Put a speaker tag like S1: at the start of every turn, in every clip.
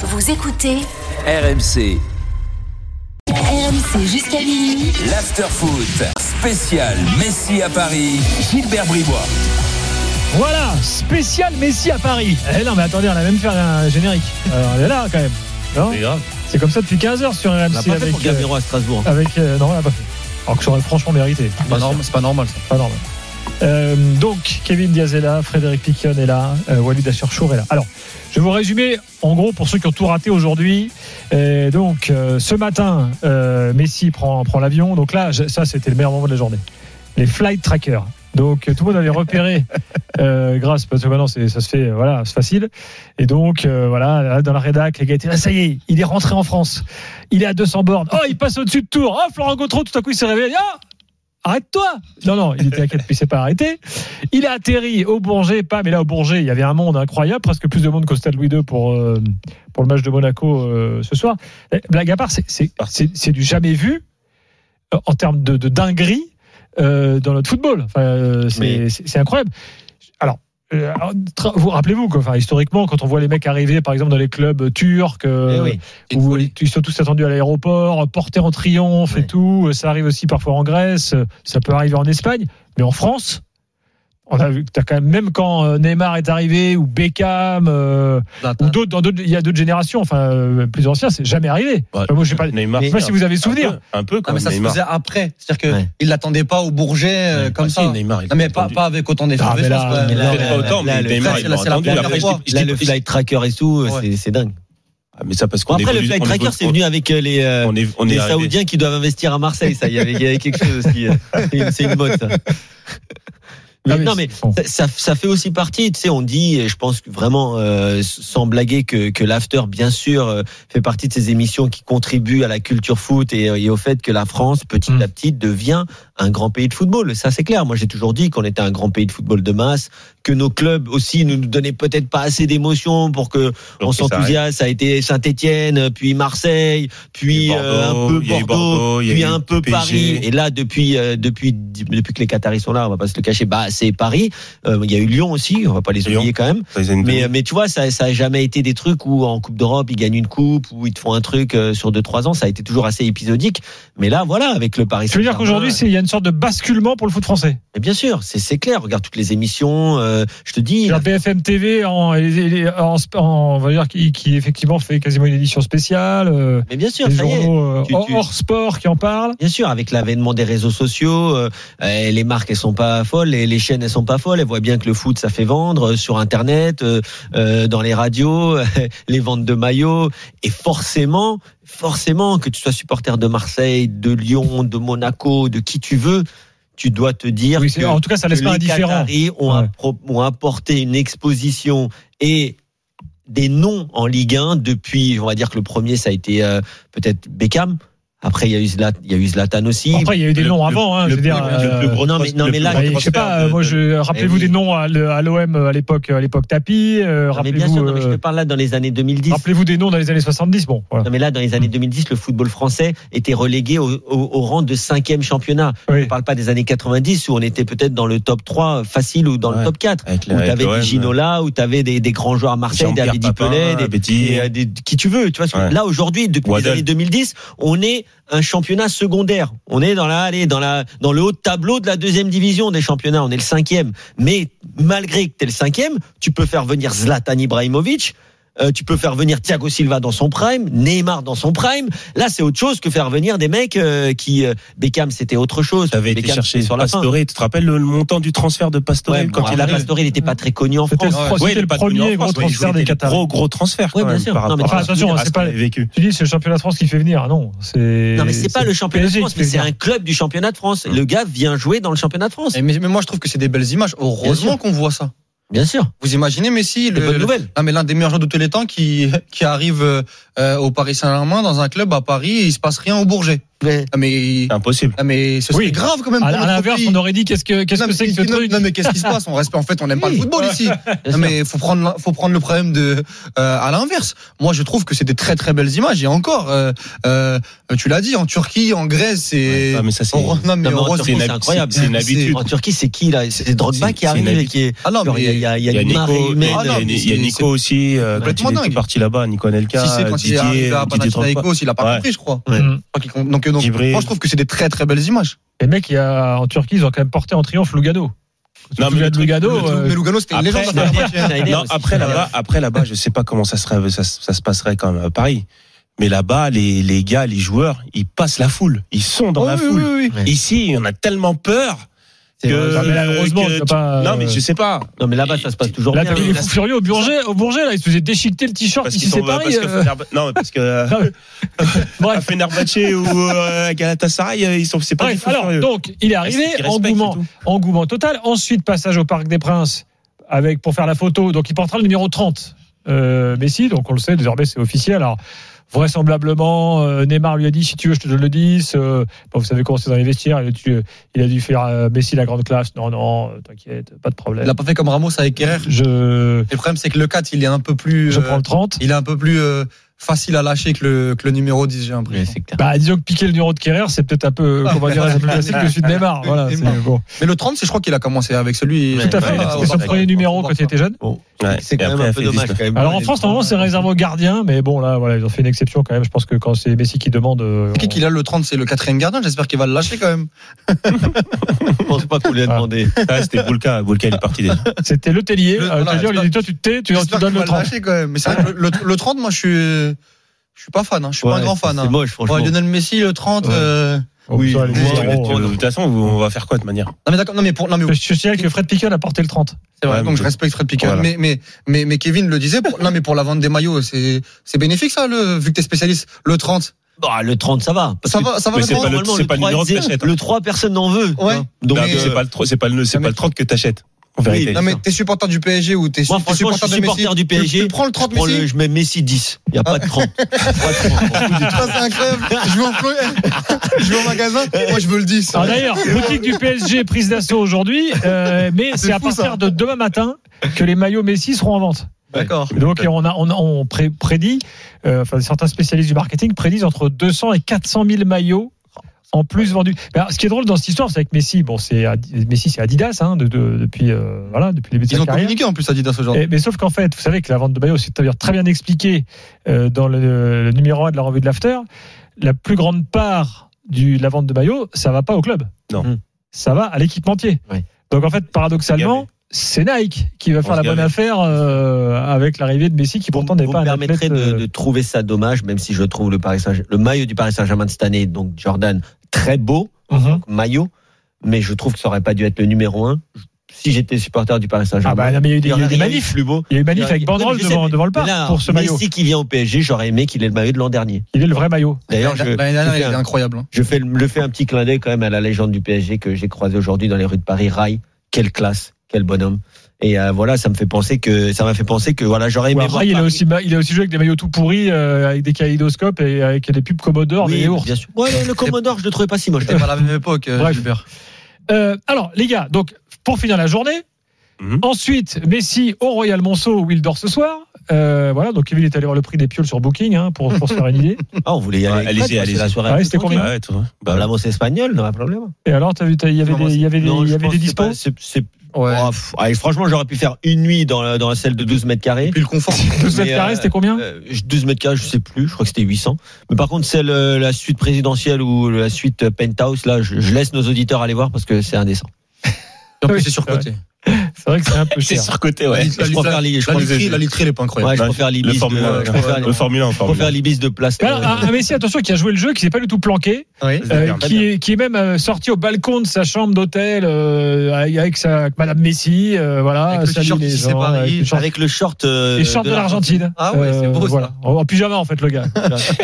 S1: Vous écoutez
S2: RMC,
S1: RMC jusqu'à minuit.
S2: l'afterfoot, spécial Messi à Paris, Gilbert Bribois.
S3: Voilà, spécial Messi à Paris. Eh non, mais attendez, on a même fait un générique. Alors, on est là quand même. Non
S4: C'est grave.
S3: C'est comme ça depuis 15 heures sur
S4: On l'a
S3: RMC
S4: pas fait
S3: avec.
S4: pour Gamero à Strasbourg.
S3: euh, avec euh, non, on l'a pas fait. Alors que j'aurais franchement mérité.
S4: C'est pas, normal, c'est pas normal, ça.
S3: Pas Ah, normal. Euh, donc, Kevin Diaz est là, Frédéric Piquion est là, euh, Walid Acharchour est là. Alors, je vais vous résumer, en gros, pour ceux qui ont tout raté aujourd'hui. Et Donc, euh, ce matin, euh, Messi prend, prend l'avion. Donc là, j'ai- ça, c'était le meilleur moment de la journée. Les flight trackers. Donc, euh, tout le monde avait repéré, euh, grâce, parce que maintenant, c'est- ça se fait, euh, voilà, c'est facile. Et donc, euh, voilà, là, dans la rédac, les gars étaient là, ça y est, il est rentré en France. Il est à 200 bornes. Oh, il passe au-dessus de Tours. Oh, Florent Gautreau, tout à coup, il s'est réveillé. Ah, Arrête-toi Non, non, il était inquiet depuis, il s'est pas arrêté. Il a atterri au Bourget, pas, mais là, au Bourget, il y avait un monde incroyable, presque plus de monde qu'au Stade Louis II pour, euh, pour le match de Monaco euh, ce soir. Eh, Blague à part, c'est- c'est c'est- c'est du jamais vu euh, en termes de, de dinguerie euh, dans notre football. Enfin, euh, c'est
S4: Mais-
S3: c'est- c'est incroyable. Alors, euh, alors, tra- vous rappelez-vous, quoi, enfin, historiquement, quand on voit les mecs arriver, par exemple, dans les clubs turcs,
S4: Eh
S3: euh, où ils sont tous attendus à l'aéroport, portés en triomphe et
S4: Ouais.
S3: tout. Ça arrive aussi parfois en Grèce, ça peut arriver en Espagne, mais en France, on a vu que t'as quand même, même quand euh, Neymar est arrivé ou Beckham euh, ou d'autres, dans d'autres, il y a d'autres générations, enfin euh, plus anciens, c'est jamais arrivé.
S5: Ouais.
S3: Enfin, moi, je sais pas, je
S5: Neymar.
S3: sais pas si vous avez souvenir.
S5: Un peu, un peu
S4: Ah,
S5: quand
S4: mais
S5: même,
S4: ça
S5: Neymar.
S4: se faisait après. C'est-à-dire qu'il
S6: Ouais.
S4: l'attendait pas au Bourget euh,
S5: Ouais,
S4: comme
S5: bah,
S4: ça.
S5: si, Neymar, il
S4: non, mais
S5: était
S4: pas,
S5: attendu.
S4: pas avec autant
S3: mais là,
S6: Ah,
S4: d'effervescence. quoi.
S3: mais là,
S5: Peut-être euh, pas autant, mais
S6: le-
S5: Neymar,
S4: ça,
S5: il
S4: c'est la-
S5: m'a
S4: c'est la
S5: entendu.
S4: première
S5: Après, je
S4: fois.
S5: dis- je
S6: Là,
S5: dis-
S6: le flight tracker et tout,
S4: Ouais.
S6: c'est- c'est dingue.
S5: Ah, Mais ça, parce
S6: Bon,
S5: qu'on
S6: après, le
S5: évolue-
S6: flight
S5: on
S6: tracker,
S5: évolue-
S6: c'est venu avec euh, les, euh,
S5: On est, on
S6: les
S5: est arrivé.
S6: Saoudiens qui doivent investir à Marseille. Ça, il y avait, il y avait quelque chose aussi. euh. C'est une botte. ça. Mais
S3: Ah oui,
S6: non, mais
S3: c'est bon.
S6: ça, ça- ça fait aussi partie. Tu sais, on dit, et je pense que vraiment, euh, sans blaguer, que, que l'after, bien sûr, euh, fait partie de ces émissions qui contribuent à la culture foot et, euh, et au fait que la France, petit
S3: Mm.
S6: à petit, devient un grand pays de football. Ça, c'est clair. Moi, j'ai toujours dit qu'on était un grand pays de football de masse, que nos clubs aussi ne nous donnaient peut-être pas assez d'émotions pour que
S5: Donc,
S6: on
S5: ça arrive.
S6: s'enthousiasme. Ça a été Saint-Étienne, puis Marseille, puis
S5: Il y a eu
S6: euh,
S5: Bordeaux,
S6: un peu
S5: il y a eu
S6: Bordeaux,
S5: Bordeaux, il y a
S6: puis
S5: eu
S6: un peu
S5: PSG.
S6: Paris. Et là, depuis euh, depuis depuis que les Qataris sont là, on va pas se le cacher. Bah, c'est Paris. Euh, Il y a eu Lyon aussi. On va pas les
S5: Lyon.
S6: oublier quand même.
S5: Ça, ils ont une
S6: Mais
S5: demi-
S6: mais tu vois, ça ça a jamais été des trucs où en Coupe d'Europe ils gagnent une coupe ou ils te font un truc euh, sur deux trois ans. Ça a été toujours assez épisodique. Mais là, voilà, avec le Paris.
S3: Je veux dire
S6: Saint-Germain,
S3: qu'aujourd'hui, c'est- il y a une sorte de basculement pour le foot français.
S6: mais bien sûr, c'est c'est clair. Regarde toutes les émissions. euh, je te dis.
S3: La BFM TV en, et les- et les- en sp- en- on va dire qui, qui, effectivement fait quasiment une édition spéciale. euh,
S6: Mais bien sûr,
S3: les
S6: ça y est.
S3: journaux euh,
S6: Tu- tu-
S3: hors sport qui en parlent.
S6: Bien sûr, avec l'avènement des réseaux sociaux, euh, euh, les marques elles sont pas folles, les, les chaînes elles sont pas folles. Elles voient bien que le foot ça fait vendre euh, sur internet, euh, euh, dans les radios, les ventes de maillots. Et forcément, forcément que tu sois supporter de Marseille, de Lyon, de Monaco, de qui tu veux, tu dois te dire
S3: Oui, c'est-
S6: que,
S3: en tout cas, ça
S6: que
S3: laisse Ah, pas
S6: les
S3: indifférent.
S6: Qataris ont,
S3: Ouais.
S6: appro- ont apporté une exposition et des noms en Ligue 1 depuis, on va dire que le premier ça a été euh, peut-être Beckham. Après, il y a eu Zlatan, il y a eu Zlatan aussi.
S3: Après, il y a eu des
S5: Le-
S3: noms
S5: le-
S3: avant. hein,
S5: le
S3: je veux dire,
S5: plus- le
S3: euh,
S5: plus gros
S6: non,
S5: transfert-
S6: mais- non, mais
S5: le
S6: là,
S5: plus
S3: Ouais,
S5: gros
S3: je sais pas,
S5: transfert
S3: euh,
S5: de-
S3: moi, je, rappelez-vous
S6: oui.
S3: des noms à le- à l'OM euh, à l'époque, à l'époque Tapi, euh,
S6: Non, mais bien
S3: rappelez-vous,
S6: sûr, non, mais je te
S3: euh,
S6: parle là dans les années 2010.
S3: rappelez-vous des noms dans les années 70. Bon, voilà.
S6: Non, mais là, dans les années 2010, le football français était relégué au, au- au rang de cinquième championnat.
S3: Oui.
S6: Je ne parle pas des années 90 où on était peut-être dans le top 3 facile ou dans le
S5: Ouais.
S6: top 4.
S5: Avec
S6: Où
S5: les-
S6: tu
S5: avec
S6: avais
S5: l'OM,
S6: des Ginola, où tu avais des, des grands joueurs à Marseille, des
S5: Jean-Pierre
S6: Abedi
S5: Papin,
S6: Pelé, des,
S5: Abedi.
S6: et, euh, des- qui tu veux. Tu vois,
S5: Ouais.
S6: Là, aujourd'hui, depuis les
S5: Waddle.
S6: années 2010, on est un championnat secondaire. On est dans, la, allez, dans, la, dans le haut de tableau de la deuxième division des championnats. On est le cinquième. Mais malgré que tu es le cinquième, tu peux faire venir Zlatan Ibrahimovic. euh, tu peux faire venir Thiago Silva dans son prime, Neymar dans son prime. Là, c'est autre chose que faire venir des mecs euh, qui euh, Beckham, c'était autre chose.
S5: T'avais été
S6: Beckham,
S5: chercher
S6: c'était sur la fin.
S5: Pastore. Tu te rappelles le le montant du transfert de Pastore
S6: Ouais,
S5: quand
S6: bon,
S5: il
S6: la
S5: arrive
S6: Pastore, il n'était pas très connu en
S3: C'était
S6: France.
S3: le- c'était
S5: Ouais, il
S3: le
S5: est pas devenu
S3: premier
S5: en
S3: gros
S5: France, mais
S3: transfert
S5: c'était
S3: des
S5: le
S3: Qataris.
S5: Gros gros transfert.
S6: Ouais,
S5: quand
S6: bien
S5: même,
S6: sûr.
S5: par
S6: Non, mais
S5: rapport
S6: tu
S5: à-
S6: vois,
S3: attention,
S5: à
S3: c'est
S5: ce
S3: pas-
S5: qu'on avait vécu.
S3: Tu dis c'est le championnat de France qui fait venir. Ah Non, c'est.
S6: Non, mais c'est pas le championnat de
S3: PSG
S6: France,
S3: qui
S6: mais
S3: fait
S6: c'est
S3: venir.
S6: un club du
S5: Ah.
S6: championnat de France. Le gars vient jouer dans le championnat de France.
S4: Et Mais mais moi, je trouve que c'est des belles images.
S6: Bien
S4: Heureusement
S6: sûr.
S4: qu'on voit ça.
S6: Bien sûr.
S4: Vous imaginez Messi
S6: C'est une
S4: le-
S6: bonne nouvelle.
S4: Non, mais l'un des meilleurs joueurs de tous les temps qui, qui arrive euh, euh, au Paris Saint-Germain dans un club à Paris et il se passe rien au Bourget.
S6: Mais
S4: Ah, mais,
S5: C'est impossible.
S4: ah, mais ce serait
S3: Oui.
S4: grave quand même.
S3: À,
S4: pour
S3: à
S4: notre
S3: l'inverse,
S4: pays.
S3: on aurait dit qu'est-ce que qu'est-ce
S4: Non,
S3: que
S4: mais-
S3: c'est que ce
S4: non,
S3: truc
S4: non, mais qu'est-ce qui se passe On respecte en fait, on n'aime pas le
S3: Oui.
S4: football ici. Non, mais faut prendre la- faut prendre le problème de euh, à l'inverse. Moi, je trouve que c'est des très très belles images. Et encore, euh, euh, tu l'as dit, en Turquie, en Grèce, c'est
S5: Ah, mais ça, c'est.
S4: on re- non, mais
S6: Non, mais
S4: on
S6: en
S4: re-
S6: Turquie,
S5: une
S6: c'est
S5: hab-
S6: incroyable.
S5: C'est une
S4: C'est-
S5: habitude.
S6: en Turquie, c'est qui là C'est Drogba
S5: C'est-
S6: qui
S5: c'est une
S6: arrive et
S5: habitude.
S6: qui est.
S4: ah non,
S6: Il y a, il y
S4: mais
S6: a- il y a
S5: Il y a
S6: une
S5: Nico,
S6: marée
S5: il
S6: humaine.
S4: Ah
S5: y a-
S4: non, mais
S5: il y a
S4: c'est-
S5: Nico aussi, euh, quand
S4: complètement
S5: il était
S4: dingue.
S5: parti là-bas, Nico Nelka,
S4: si c'est quand il est arrivé à
S5: Didier
S4: Panathinaikos, il a pas
S5: Ouais.
S4: compris, je crois.
S6: Ouais.
S3: Hum.
S4: Je crois qu'il- Donc, donc
S5: Gibril.
S4: moi, je trouve que c'est des très très belles images.
S3: Les mecs, il y a, en Turquie, ils ont quand même porté en triomphe Lugano.
S5: Non, mais
S3: le
S5: le
S3: de
S5: truc-
S4: Mais
S3: Lugano. euh,
S4: mais Lugano, c'était une
S5: après,
S4: légende. à Fenerbahçe.
S6: Schneider
S5: Non,
S6: aussi.
S5: après là-bas, après là-bas, je sais pas comment ça serait, ça, ça se passerait quand même à Paris. Mais là-bas, les, les gars, les joueurs, ils passent la foule. Ils sont dans
S4: Oh,
S5: la
S4: oui,
S5: foule.
S4: oui, oui.
S6: oui.
S5: Ici, on a tellement peur que.
S6: C'est vrai.
S3: Ah, mais là, heureusement, on peut pas,
S5: Non, mais
S3: euh,
S5: je sais pas.
S6: Non, mais là-bas, ça se passe toujours
S3: Là,
S6: bien.
S3: t'as vu
S6: Mais
S3: les
S6: là,
S3: fous furieux au Bourget, au Bourget, là, ils se faisaient déchiqueter le t-shirt
S5: Parce
S3: ici,
S5: qu'ils
S3: c'est
S5: sont.
S3: Paris.
S5: parce que
S3: euh,
S5: Fenerba- Non, parce que.
S3: Non, mais-
S5: à
S3: Bref.
S5: Fenerbahçe ou euh, à Galatasaray, euh, ils sont. C'est pas des
S3: Bref,
S5: fous
S3: alors,
S5: furieux.
S3: donc, il est
S5: C'est qu'ils
S3: arrivé,
S5: respectent,
S3: engouement,
S5: c'est tout.
S3: engouement total. Ensuite, passage au Parc des Princes avec, pour faire la photo. Donc, il portera le numéro 30, euh, Messi. Donc, on le sait, désormais, c'est officiel. Alors, vraisemblablement, euh, Neymar lui a dit si tu veux, je te donne le 10. Euh, bon, vous savez comment c'est dans les vestiaires. Il a dû, il a dû faire euh, Messi la grande classe. Non, non, euh, t'inquiète, pas de
S4: Il
S3: problème.
S4: a pas fait comme Ramos avec Herrera.
S3: Je,
S4: Le problème, c'est que le 4, il est un peu plus.
S3: je
S4: euh,
S3: prends le 30.
S4: Il est un peu plus euh, facile à lâcher que le, que le numéro 10, j'ai
S6: Ouais,
S4: l'impression.
S6: c'est clair.
S3: Bah, disons que piquer le numéro de Kerrer, c'est peut-être un peu, euh, comment dire, un peu classique que celui de Neymar. Voilà, c'est
S4: Neymar.
S3: bon.
S4: Mais le 30, c'est- je crois qu'il a commencé avec celui.
S6: Tout
S3: Tout à fait,
S5: Ouais,
S4: Ah,
S5: là,
S3: c'était
S4: au
S3: son
S4: Barça.
S3: premier numéro quand il était jeune.
S5: Ouais.
S6: C'est
S5: Et
S6: quand même
S5: après,
S6: un
S5: elle
S6: peu
S5: fait
S6: dommage
S5: 19.
S4: Bah
S6: quand même.
S3: Alors en France, normalement, c'est réservé aux gardiens, mais bon, là, voilà, ils ont fait une exception quand même. Je pense que quand c'est Messi qui demande. euh,
S4: C'est Qui qu'il a le 30, c'est le quatrième gardien. J'espère qu'il va le lâcher quand même.
S6: Je pense pas qu'on lui a
S3: Ah.
S6: demandé.
S5: Ah, c'était Boulka. Boulka, il est parti déjà.
S3: on- C'était le Tellier.
S4: Le-
S3: euh, le
S4: voilà,
S3: Tellier, il
S4: j'espère-
S3: dit Toi, tu te tais, tu, tu
S4: J'espère
S3: donnes
S4: qu'il
S3: le
S4: va le
S3: 30.
S4: lâcher quand même. Mais c'est vrai que le, le- le 30, moi, je suis. Je suis pas fan. Hein. Je suis pas un
S6: Ouais,
S4: grand fan.
S6: C'est
S4: hein.
S6: moche,
S4: Ouais,
S6: franchement.
S4: Lionel Messi, le 30.
S6: Ouais.
S4: euh,
S3: Oh,
S6: Oui,
S3: ça, les
S4: mais-
S5: Tu-
S3: gars,
S5: tu-
S3: bon,
S5: De toute façon, on va faire quoi de manière
S4: Non mais d'accord. Non mais pour. Non mais
S3: Je suis sûr que Fred Piquet a porté le 30.
S4: c'est vrai.
S5: Ouais,
S4: donc
S5: mais-
S4: je respecte Fred Piquet.
S5: Voilà.
S4: Mais, mais mais mais Kevin le disait. Pour, non mais pour la vente des maillots, c'est c'est bénéfique ça. Le, vu que t'es spécialiste, le 30.
S6: Bah, le 30, ça va. Parce
S4: Ça
S6: que
S4: va. Ça va
S5: mais
S4: le
S5: c'est
S4: 30.
S5: pas le-
S6: normalement,
S5: c'est pas le
S6: 3,
S5: numéro de
S6: zéro-
S5: cachette, hein.
S6: le 3, personne n'en veut.
S4: Ouais.
S6: hein. Donc,
S5: Non,
S4: mais-
S5: mais Bah, c'est pas le tro- c'est pas le c'est pas le 30 que t'achètes. En
S6: Oui,
S5: vérité.
S4: Non mais t'es supporter du PSG ou t'es
S6: Moi,
S4: t'es
S6: franchement, je suis
S4: de Messi,
S6: supporter du
S4: tu-
S6: PSG.
S4: Tu, prends le
S6: je,
S4: 30
S6: prends
S4: Messi.
S6: le- je mets Messi 10. Il n'y a pas de 30.
S4: Putain, c'est incroyable. Je vais au flo- je vais au magasin. Moi, je veux le 10.
S6: Ah,
S3: Alors Ah, d'ailleurs, boutique du PSG prise d'assaut aujourd'hui, euh, mais c'est à
S4: fou,
S3: partir
S4: ça.
S3: de demain matin que les maillots Messi seront en vente.
S4: D'accord.
S3: Donc et on a on, a- on pré- prédit, euh, enfin certains spécialistes du marketing prédisent entre 200 et 400 000 maillots. En plus vendus. Mais alors, ce qui est drôle dans cette histoire, c'est que Messi, bon, c'est Adi- Messi, c'est Adidas hein, de- de- depuis euh, voilà depuis le début de
S4: Ils
S3: sa
S4: ont
S3: carrière.
S4: communiqué en plus Adidas aujourd'hui.
S3: Eh, mais sauf qu'en fait, vous savez que la vente de maillots, c'est d'ailleurs très bien expliqué euh, dans le, le numéro 1 de la revue de l'After. La plus grande part du- de la vente de maillots, ça va pas au club.
S5: Non.
S6: Mm.
S3: Ça va à l'équipementier.
S6: Oui.
S3: Donc en fait, paradoxalement,
S5: Gavé.
S3: c'est Nike qui va
S5: On
S3: faire
S5: se
S3: la bonne
S5: gavait.
S3: affaire euh, avec l'arrivée de Messi qui pourtant n'est
S6: vous
S3: pas
S6: me
S3: un
S6: permettrez
S3: athlète.
S6: de,
S3: euh,
S6: de trouver ça dommage, même si je trouve le, Paris Saint- le maillot du Paris Saint-Germain de cette année, donc Jordan, très beau,
S3: Mhm.
S6: maillot, mais je trouve que ça aurait pas dû être le numéro 1. Si j'étais supporter du Paris
S3: Ah
S6: Saint-Germain,
S3: bah, non, mais il y a eu des,
S6: il y
S3: il y a eu
S6: aurait
S3: des
S6: rien eu de
S3: manifs.
S6: plus beau.
S3: Il y a eu
S6: Il y
S3: manif
S6: aurait-
S3: avec
S6: Non,
S3: banderole
S6: mais je sais,
S3: devant,
S6: mais
S3: devant le parc
S6: là,
S3: pour ce maillot.
S6: Messi qui vient au PSG, j'aurais aimé qu'il ait le maillot de l'an dernier.
S3: Il est le vrai maillot.
S6: D'ailleurs, je,
S4: L'année dernière,
S6: je
S4: bah, il
S6: fais
S4: était
S6: un-
S4: incroyable. hein.
S6: je fais, le- le fais un petit clin d'œil quand même à la légende du PSG que j'ai croisé aujourd'hui dans les rues de Paris. Rai, quelle classe, quel bonhomme. Et euh, voilà, ça me fait penser que ça m'a fait penser que voilà, j'aurais aimé.
S3: Ouais,
S6: voir
S3: Ray, il, a
S6: Paris-
S3: aussi, ma- il a aussi joué avec des maillots tout pourris, euh, avec des kaléidoscopes et avec des pubs Commodore, oh, des
S6: Oui,
S3: yaourts.
S6: bien sûr. Ouais, le Commodore, je le trouvais pas si moche.
S4: C'était pas la même époque. euh,
S3: Bref.
S4: Gilbert.
S3: Euh, alors, les gars, donc, pour finir la journée,
S5: Mhm.
S3: ensuite, Messi au Royal Monceau où il dort ce soir. Euh, voilà, donc Kevin est allé voir le prix des pioles sur Booking hein, pour, pour se faire une idée.
S6: Ah, on voulait y aller.
S5: Ouais, allez-y,
S6: C'est
S5: allez-y.
S6: La soirée.
S3: Ah ouais,
S6: un peu
S3: c'était combien
S6: tranquille.
S5: Bah ouais, tu vois. Bah,
S6: Bah, la bosse espagnole, non, pas de problème.
S3: Et alors, t'as vu, t'as- il y avait
S4: Non, moi,
S3: des, il y avait des,
S6: Non,
S3: il y
S6: je
S3: avait
S6: pense
S3: des
S6: que c'est
S3: dispos.
S6: pas- c'est- c'est-
S4: Ouais.
S6: Oh, pff, allez, franchement, j'aurais pu faire une nuit dans, la- dans la salle de 12 mètres carrés.
S4: Et puis le confort.
S3: 12 mètres
S6: mais,
S3: carrés,
S6: euh,
S3: c'était combien
S6: Euh, 12 mètres carrés, je sais plus, je crois que c'était 800. Mais par contre, celle, euh, la suite présidentielle ou la suite euh, penthouse, là, je, je laisse nos auditeurs aller voir parce que c'est indécent.
S4: En plus,
S3: Oui,
S4: c'est surcoté.
S3: C'est vrai que c'est un peu
S5: C'est
S3: cher.
S5: surcoté,
S4: La
S5: ouais.
S4: lit- la
S6: je
S4: lit-
S6: préfère les- je
S4: La
S6: préfère-
S4: literie, la literie, elle est pas incroyable.
S6: Ouais, je
S5: Ouais,
S6: préfère
S5: Le
S6: l'Ibis.
S5: Formule
S6: de-
S5: 1.
S6: je préfère-
S5: Le Formule 1.
S6: je préfère l'Ibis de place. euh,
S3: Alors, un, un Messi, attention, qui a joué le jeu, qui s'est pas du tout planqué,
S4: Oui.
S3: euh,
S5: Très bien.
S3: qui, est, qui est même euh, sorti au balcon de sa chambre d'hôtel euh, avec, sa, avec Madame Messi, euh, voilà,
S4: Avec le
S3: salut
S4: t-shirt
S3: les
S4: qui
S3: gens,
S4: sépare,
S3: avec le
S4: il-
S3: short-
S6: Avec le short. euh,
S3: les shorts de l'Argentine.
S4: Ah ouais, c'est
S3: Euh,
S4: beau, ça.
S3: voilà. En pyjama, en fait, le gars.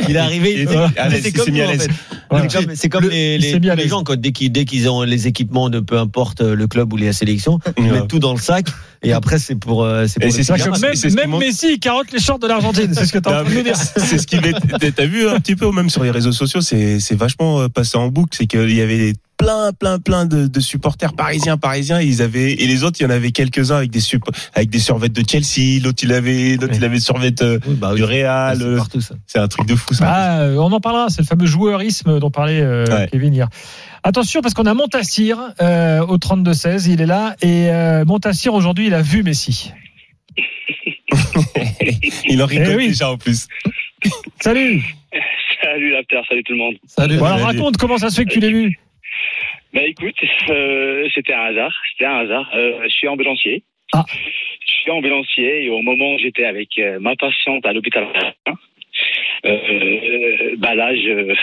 S6: Il est arrivé.
S5: Il
S6: il-
S5: était à l'aise,
S6: hein. c'est
S5: il
S6: comme
S5: s'est mis
S6: nous,
S5: à
S6: en
S5: l'aise.
S6: fait.
S3: Voilà.
S6: C'est comme- C'est comme
S3: Le-
S6: les,
S3: il
S6: les,
S3: s'est mis à
S6: les
S3: l'aise.
S6: gens, quand, dès qu'ils dès qu'ils ont les équipements de peu importe le euh, club ou la sélection, ils
S5: Ouais.
S6: mettent tout dans le sac Et après, c'est pour. euh, C'est
S5: Et
S6: pour
S5: c'est
S6: le
S5: ça
S3: C'est-à-dire
S6: Superman.
S3: que
S5: Gamas,
S3: même,
S5: c'est ce qui
S3: même
S5: manque.
S3: Messi il carotte les shorts de l'Argentine. C'est ce que t'as
S5: Non,
S3: entendu
S5: mais
S3: dire.
S5: C'est ce qui m'est- T'as vu un petit peu, même sur les réseaux sociaux, c'est c'est vachement euh, passé en boucle. C'est qu'il y avait plein, plein, plein de, de supporters parisiens, parisiens. Et, ils avaient, et les autres, il y en avait quelques-uns avec des, sup- avec des survettes de Chelsea. L'autre, il avait, l'autre, il avait survette euh,
S6: Oui, bah oui.
S5: du Real.
S6: C'est
S5: euh,
S6: partout ça.
S5: C'est un truc de fou, ça.
S3: Ah, euh, on en parlera, c'est le fameux joueurisme dont parlait euh,
S5: Ouais.
S3: Kevin hier. Attention, parce qu'on a Montassir euh, au 32-16, il est là, et euh, Montassir aujourd'hui, il a vu Messi.
S5: il en rigole
S3: Eh oui.
S5: déjà en plus.
S3: Salut
S6: Ah.
S7: Salut l'after, salut tout le monde.
S4: Salut.
S3: Bon, alors
S5: Salut.
S3: raconte comment ça se fait que tu l'as vu.
S7: Bah écoute, euh, c'était un hasard, c'était un hasard. Euh, je suis ambulancier.
S3: Ah.
S7: Je suis ambulancier et au moment où j'étais avec euh, ma patiente à l'hôpital, hein, euh, bah là je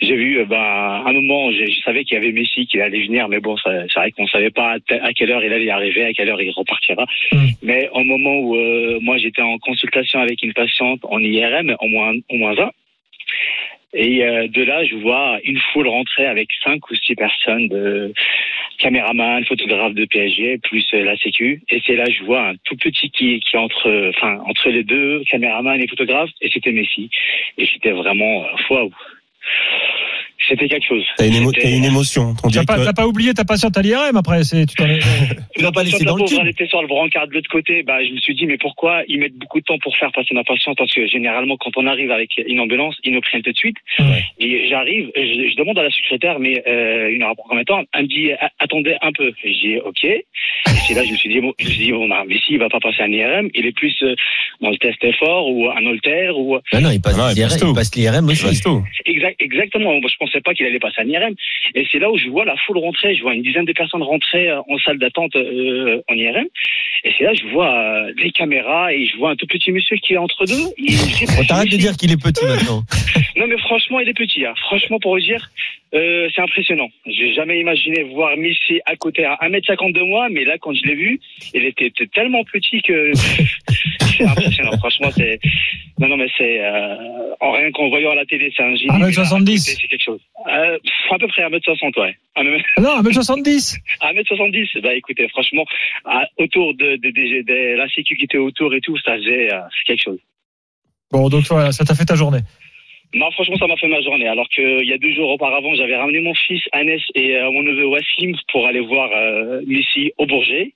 S7: j'ai vu euh, bah, un moment, je, je savais qu'il y avait Messi qui allait venir, mais bon, ça- c'est vrai qu'on savait pas à, te- à quelle heure il allait arriver, à quelle heure il repartira.
S3: Mm.
S7: Mais au moment où euh, moi j'étais en consultation avec une patiente en IRM, au moins au moins un. Et euh, de là, je vois une foule rentrer avec cinq ou six personnes de caméraman, photographe de PSG, plus euh, la sécu. Et c'est là, je vois un tout petit qui qui est entre, euh, enfin entre les deux caméraman et photographe. Et c'était Messi. Et j'étais vraiment euh, waouh. C'était quelque chose.
S5: T'as une, émo-
S7: C'était-
S5: t'as une émotion. On
S3: Tu
S5: dirait
S3: n'as
S5: que
S3: pas, t'as pas oublié ta patiente à l'IRM après, c'est tu t'en es-
S6: Tu l'as pas laissé
S7: Quand
S6: dans
S7: la
S6: le
S7: pauvre,
S6: tube.
S7: elle était sur le brancard de l'autre côté. Bah, je me suis dit, mais pourquoi ils mettent beaucoup de temps pour faire passer ma patiente Parce que généralement, quand on arrive avec une ambulance, ils nous prennent tout de suite.
S3: Ouais.
S7: Et j'arrive, je, je demande à la secrétaire, mais euh, une heure après, combien de temps Elle me dit, a- attendez un peu. Je dis, ok. Et c'est là, je me suis dit, bon, je me suis dit, bon, non, mais si, il va pas passer un IRM, il est plus euh, dans le test effort ou un alter ou
S6: Ah non, il passe
S5: Ah non, il
S6: l'IRM,
S5: passe tout.
S6: il passe l'IRM aussi.
S5: Resto.
S7: Exact, exactement. Moi, Je pensais pas qu'il allait passer un IRM. Et c'est là où je vois la foule rentrer. Je vois une dizaine de personnes rentrer euh, en salle d'attente euh, en IRM. Et c'est là que je vois euh, les caméras et je vois un tout petit monsieur qui est entre deux. Et j'ai-
S6: Bon, T'arrêtes de dire qu'il est petit maintenant.
S7: Non, mais franchement, il est petit. hein. Franchement, pour vous dire, euh, c'est impressionnant. J'ai jamais imaginé voir Missy à côté à 1m50 de moi, mais là, quand je l'ai vu, il était t- tellement petit que c'est impressionnant. Franchement, c'est. Non, non, mais c'est. euh, En rien qu'en voyant à la télé, c'est un
S3: Ah,
S6: Ah,
S7: génie.
S3: 1m70.
S7: C'est quelque chose. Euh, pff, à peu près 1m60, ouais. 1m-
S3: Non, à 70
S7: 1m70, bah écoutez, franchement, à- autour de, de, de- de la sécu qui était autour et tout, ça faisait euh, c'est quelque chose.
S3: Bon, donc voilà, ça t'a fait ta journée.
S7: Non, franchement, ça m'a fait ma journée. Alors qu'il y a deux jours auparavant, j'avais ramené mon fils Anes et euh, mon neveu Wassim pour aller voir euh, Messi au Bourget.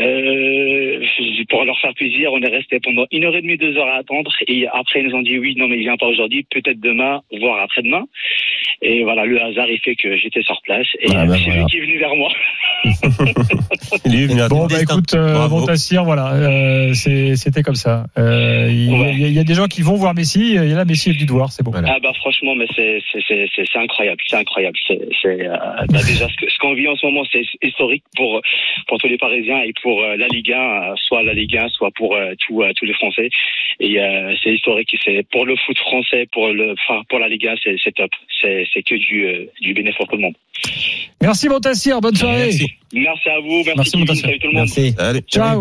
S7: Euh, pour leur faire plaisir, on est resté pendant une heure et demie, deux heures à attendre. Et après, ils nous ont dit oui, non, mais il vient pas aujourd'hui, peut-être demain, voire après-demain. Et voilà, le hasard, il fait que j'étais sur place. Et
S5: Ah, bah,
S7: euh, c'est
S5: voilà.
S7: lui qui est venu vers moi.
S5: Il est venu à
S3: Bon,
S6: le
S3: bah
S6: destin.
S3: écoute, euh,
S5: Bravo.
S3: Montassir, voilà, euh, c'est- c'était comme ça. Euh, Il y a-
S7: Ouais.
S3: il y, a- il y a des gens qui vont voir Messi, et là, Messi est venu te voir, c'est bon.
S6: Voilà.
S7: Ah bah franchement, mais c'est c'est c'est c'est c'est incroyable, c'est incroyable. C'est c'est euh, bah déjà ce que- ce qu'on vit en ce moment, c'est historique pour pour tous les Parisiens et pour euh, la Ligue 1, euh, soit la Ligue 1, soit pour euh, tous euh, tous les Français. Et euh, c'est historique, et c'est pour le foot français, pour le enfin pour la Ligue 1, c'est c'est top. C'est c'est que du euh, du bénéfice pour tout le monde.
S3: Merci Montassir, bonne soirée.
S7: Merci à vous, merci,
S3: Merci,
S7: Kevin,
S3: Montassar.
S7: salut tout le monde.
S6: Merci.
S5: Allez.
S3: Ciao.